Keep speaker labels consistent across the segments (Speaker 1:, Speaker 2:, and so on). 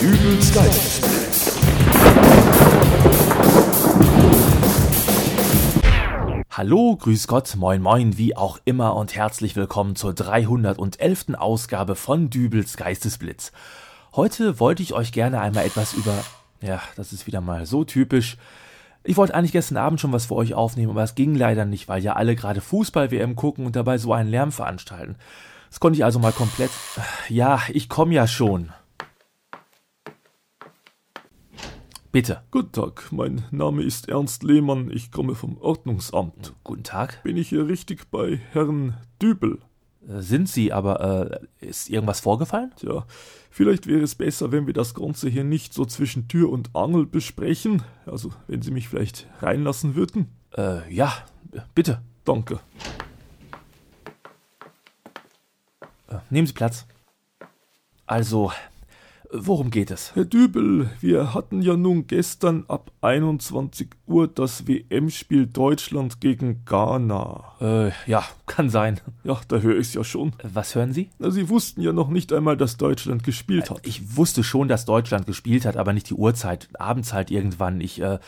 Speaker 1: Übelst geil.
Speaker 2: Hallo, grüß Gott, moin moin, wie auch immer und herzlich willkommen zur 311. Ausgabe von Dübels Geistesblitz. Heute wollte ich euch gerne einmal etwas über... Ja, das ist wieder mal so typisch. Ich wollte eigentlich gestern Abend schon was für euch aufnehmen, aber es ging leider nicht, weil ja alle gerade Fußball-WM gucken und dabei so einen Lärm veranstalten. Das konnte ich also mal komplett... Ja, ich komme ja schon. Bitte.
Speaker 3: Guten Tag, mein Name ist Ernst Lehmann, ich komme vom Ordnungsamt.
Speaker 2: Guten Tag.
Speaker 3: Bin ich hier richtig bei Herrn Dübel?
Speaker 2: Äh, Sind Sie, aber äh, ist irgendwas vorgefallen?
Speaker 3: Tja, vielleicht wäre es besser, wenn wir das Ganze hier nicht so zwischen Tür und Angel besprechen. Also, wenn Sie mich vielleicht reinlassen würden.
Speaker 2: Äh, ja, bitte.
Speaker 3: Danke.
Speaker 2: Äh, Nehmen Sie Platz. Also, worum geht es?
Speaker 3: Herr Dübel, wir hatten ja nun gestern ab 21 Uhr das WM-Spiel Deutschland gegen Ghana.
Speaker 2: Äh, ja, kann sein.
Speaker 3: Ja, da höre ich's ja schon.
Speaker 2: Was hören Sie?
Speaker 3: Na, Sie wussten ja noch nicht einmal, dass Deutschland gespielt hat.
Speaker 2: Ich wusste schon, dass Deutschland gespielt hat, aber nicht die Uhrzeit. Abends halt irgendwann. Ich äh,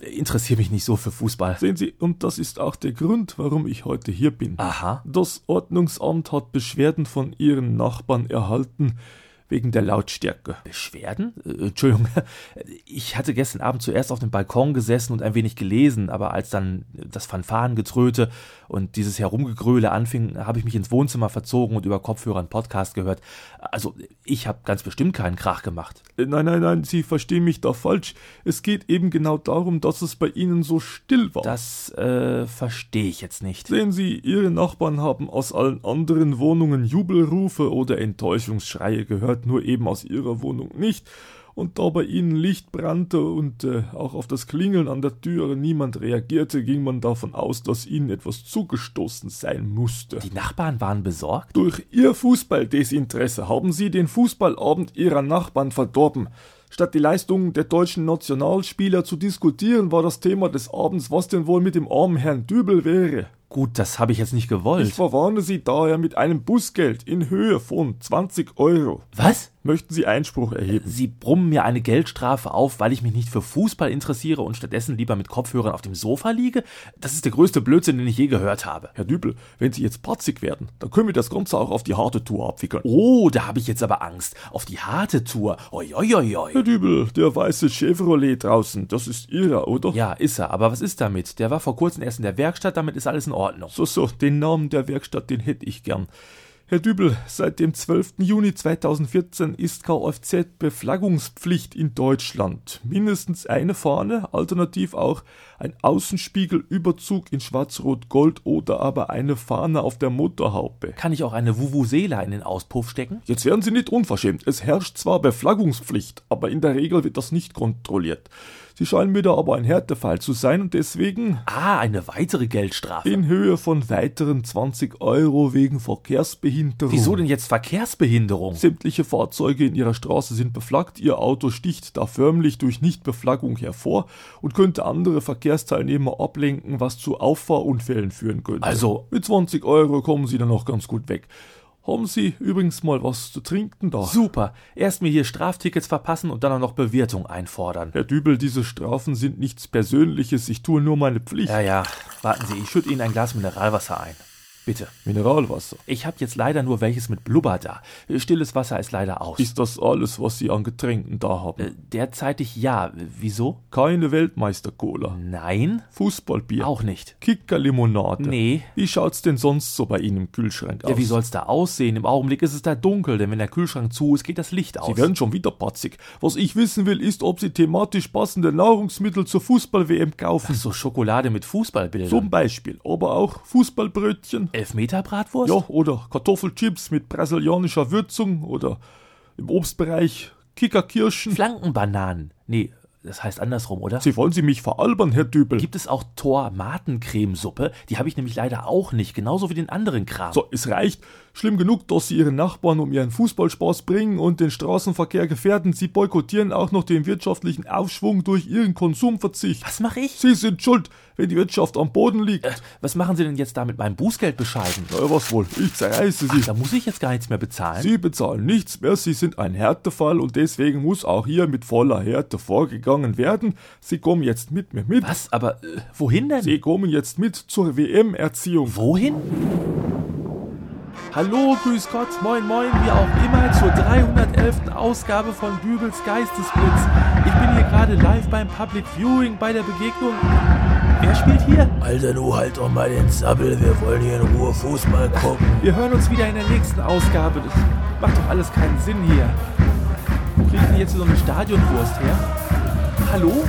Speaker 2: interessiere mich nicht so für Fußball.
Speaker 3: Sehen Sie, und das ist auch der Grund, warum ich heute hier bin.
Speaker 2: Aha.
Speaker 3: Das Ordnungsamt hat Beschwerden von ihren Nachbarn erhalten wegen der Lautstärke.
Speaker 2: Beschwerden? Äh, Entschuldigung. Ich hatte gestern Abend zuerst auf dem Balkon gesessen und ein wenig gelesen, aber als dann das Fanfarengetröte und dieses Herumgegröle anfing, habe ich mich ins Wohnzimmer verzogen und über Kopfhörer einen Podcast gehört. Also, ich habe ganz bestimmt keinen Krach gemacht.
Speaker 3: Äh, Nein, nein, nein, Sie verstehen mich da falsch. Es geht eben genau darum, dass es bei Ihnen so still war.
Speaker 2: Das äh, verstehe ich jetzt nicht.
Speaker 3: Sehen Sie, Ihre Nachbarn haben aus allen anderen Wohnungen Jubelrufe oder Enttäuschungsschreie gehört, nur eben aus Ihrer Wohnung nicht. Und da bei Ihnen Licht brannte und äh, auch auf das Klingeln an der Tür niemand reagierte, ging man davon aus, dass Ihnen etwas zugestoßen sein musste.
Speaker 2: Die Nachbarn waren besorgt?
Speaker 3: Durch Ihr Fußballdesinteresse haben Sie den Fußballabend Ihrer Nachbarn verdorben. Statt die Leistungen der deutschen Nationalspieler zu diskutieren, war das Thema des Abends, was denn wohl mit dem armen Herrn Dübel wäre.
Speaker 2: Gut, das habe ich jetzt nicht gewollt.
Speaker 3: Ich verwarne Sie daher mit einem Bußgeld in Höhe von 20 Euro.
Speaker 2: Was?
Speaker 3: Möchten Sie Einspruch erheben?
Speaker 2: Sie brummen mir eine Geldstrafe auf, weil ich mich nicht für Fußball interessiere und stattdessen lieber mit Kopfhörern auf dem Sofa liege? Das ist der größte Blödsinn, den ich je gehört habe.
Speaker 3: Herr Dübel, wenn Sie jetzt patzig werden, dann können wir das Ganze auch auf die harte Tour abwickeln.
Speaker 2: Oh, da habe ich jetzt aber Angst. Auf die harte Tour. Oi, oi, oi, oi.
Speaker 3: Herr Dübel, der weiße Chevrolet draußen, das ist Ihrer, oder?
Speaker 2: Ja, ist er. Aber was ist damit? Der war vor kurzem erst in der Werkstatt, damit ist alles in Ordnung.
Speaker 3: So, so, den Namen der Werkstatt, den hätte ich gern. Herr Dübel, seit dem 12. Juni 2014 ist Kfz Beflaggungspflicht in Deutschland. Mindestens eine Fahne, alternativ auch ein Außenspiegelüberzug in Schwarz-Rot-Gold oder aber eine Fahne auf der Motorhaube.
Speaker 2: Kann ich auch eine Vuvuzela in den Auspuff stecken?
Speaker 3: Jetzt werden Sie nicht unverschämt. Es herrscht zwar Beflaggungspflicht, aber in der Regel wird das nicht kontrolliert. Sie scheinen mir da aber ein Härtefall zu sein und deswegen
Speaker 2: Ah, eine weitere Geldstrafe.
Speaker 3: in Höhe von weiteren 20 Euro wegen Verkehrsbehinderung.
Speaker 2: Wieso denn jetzt Verkehrsbehinderung?
Speaker 3: Sämtliche Fahrzeuge in ihrer Straße sind beflaggt, ihr Auto sticht da förmlich durch Nichtbeflaggung hervor und könnte andere Verkehrsteilnehmer ablenken, was zu Auffahrunfällen führen könnte.
Speaker 2: Also-
Speaker 3: mit 20 Euro kommen Sie dann noch ganz gut weg. Haben Sie übrigens mal was zu trinken da?
Speaker 2: Super. Erst mir hier Straftickets verpassen und dann auch noch Bewirtung einfordern.
Speaker 3: Herr Dübel, diese Strafen sind nichts Persönliches, ich tue nur meine Pflicht.
Speaker 2: Ja, ja. Warten Sie, ich schütte Ihnen ein Glas Mineralwasser ein. Bitte.
Speaker 3: Mineralwasser.
Speaker 2: Ich habe jetzt leider nur welches mit Blubber da. Stilles Wasser ist leider aus.
Speaker 3: Ist das alles, was Sie an Getränken da haben?
Speaker 2: Äh, Derzeitig ja. Wieso?
Speaker 3: Keine Weltmeister-Cola,
Speaker 2: Nein?
Speaker 3: Fußballbier,
Speaker 2: Auch nicht.
Speaker 3: Kickerlimonade.
Speaker 2: Nee.
Speaker 3: Wie schaut's denn sonst so bei Ihnen im Kühlschrank aus?
Speaker 2: Ja, wie soll's da aussehen? Im Augenblick ist es da dunkel, denn wenn der Kühlschrank zu ist, geht das Licht aus.
Speaker 3: Sie werden schon wieder patzig. Was ich wissen will, ist, ob Sie thematisch passende Nahrungsmittel zur Fußball-WM kaufen.
Speaker 2: so Schokolade mit Fußballbildern.
Speaker 3: Zum Beispiel, aber auch
Speaker 2: Äh,
Speaker 3: Fußballbrötchen.
Speaker 2: Elfmeter-Bratwurst?
Speaker 3: Ja, oder Kartoffelchips mit brasilianischer Würzung oder im Obstbereich Kickerkirschen.
Speaker 2: Flankenbananen. Nee, das heißt andersrum, oder?
Speaker 3: Sie wollen Sie mich veralbern, Herr Dübel?
Speaker 2: Gibt es auch Tomatencremesuppe? Die habe ich nämlich leider auch nicht, genauso wie den anderen Kram.
Speaker 3: So, es reicht. Schlimm genug, dass Sie Ihre Nachbarn um Ihren Fußballspaß bringen und den Straßenverkehr gefährden. Sie boykottieren auch noch den wirtschaftlichen Aufschwung durch Ihren Konsumverzicht.
Speaker 2: Was mache ich?
Speaker 3: Sie sind schuld, wenn die Wirtschaft am Boden liegt.
Speaker 2: Äh, was machen Sie denn jetzt da mit meinem Bußgeld bescheiden?
Speaker 3: Na, was wohl? Ich zerreiße Sie.
Speaker 2: Ach, da muss ich jetzt gar nichts mehr bezahlen.
Speaker 3: Sie bezahlen nichts mehr. Sie sind ein Härtefall und deswegen muss auch hier mit voller Härte vorgegangen werden. Sie kommen jetzt mit mir mit.
Speaker 2: was? Aber äh, wohin denn?
Speaker 3: Sie kommen jetzt mit zur WM-Erziehung.
Speaker 2: Wohin? Hallo, grüß Gott, moin, moin, wie auch immer, zur 311. Ausgabe von Dübels Geistesblitz. Ich bin hier gerade live beim Public Viewing bei der Begegnung. Wer spielt hier?
Speaker 1: Alter, du halt doch mal den Sabbel, wir wollen hier in Ruhe Fußball gucken.
Speaker 2: Wir hören uns wieder in der nächsten Ausgabe. Das macht doch alles keinen Sinn hier. Wo kriegen die jetzt so eine Stadionwurst her? Hallo?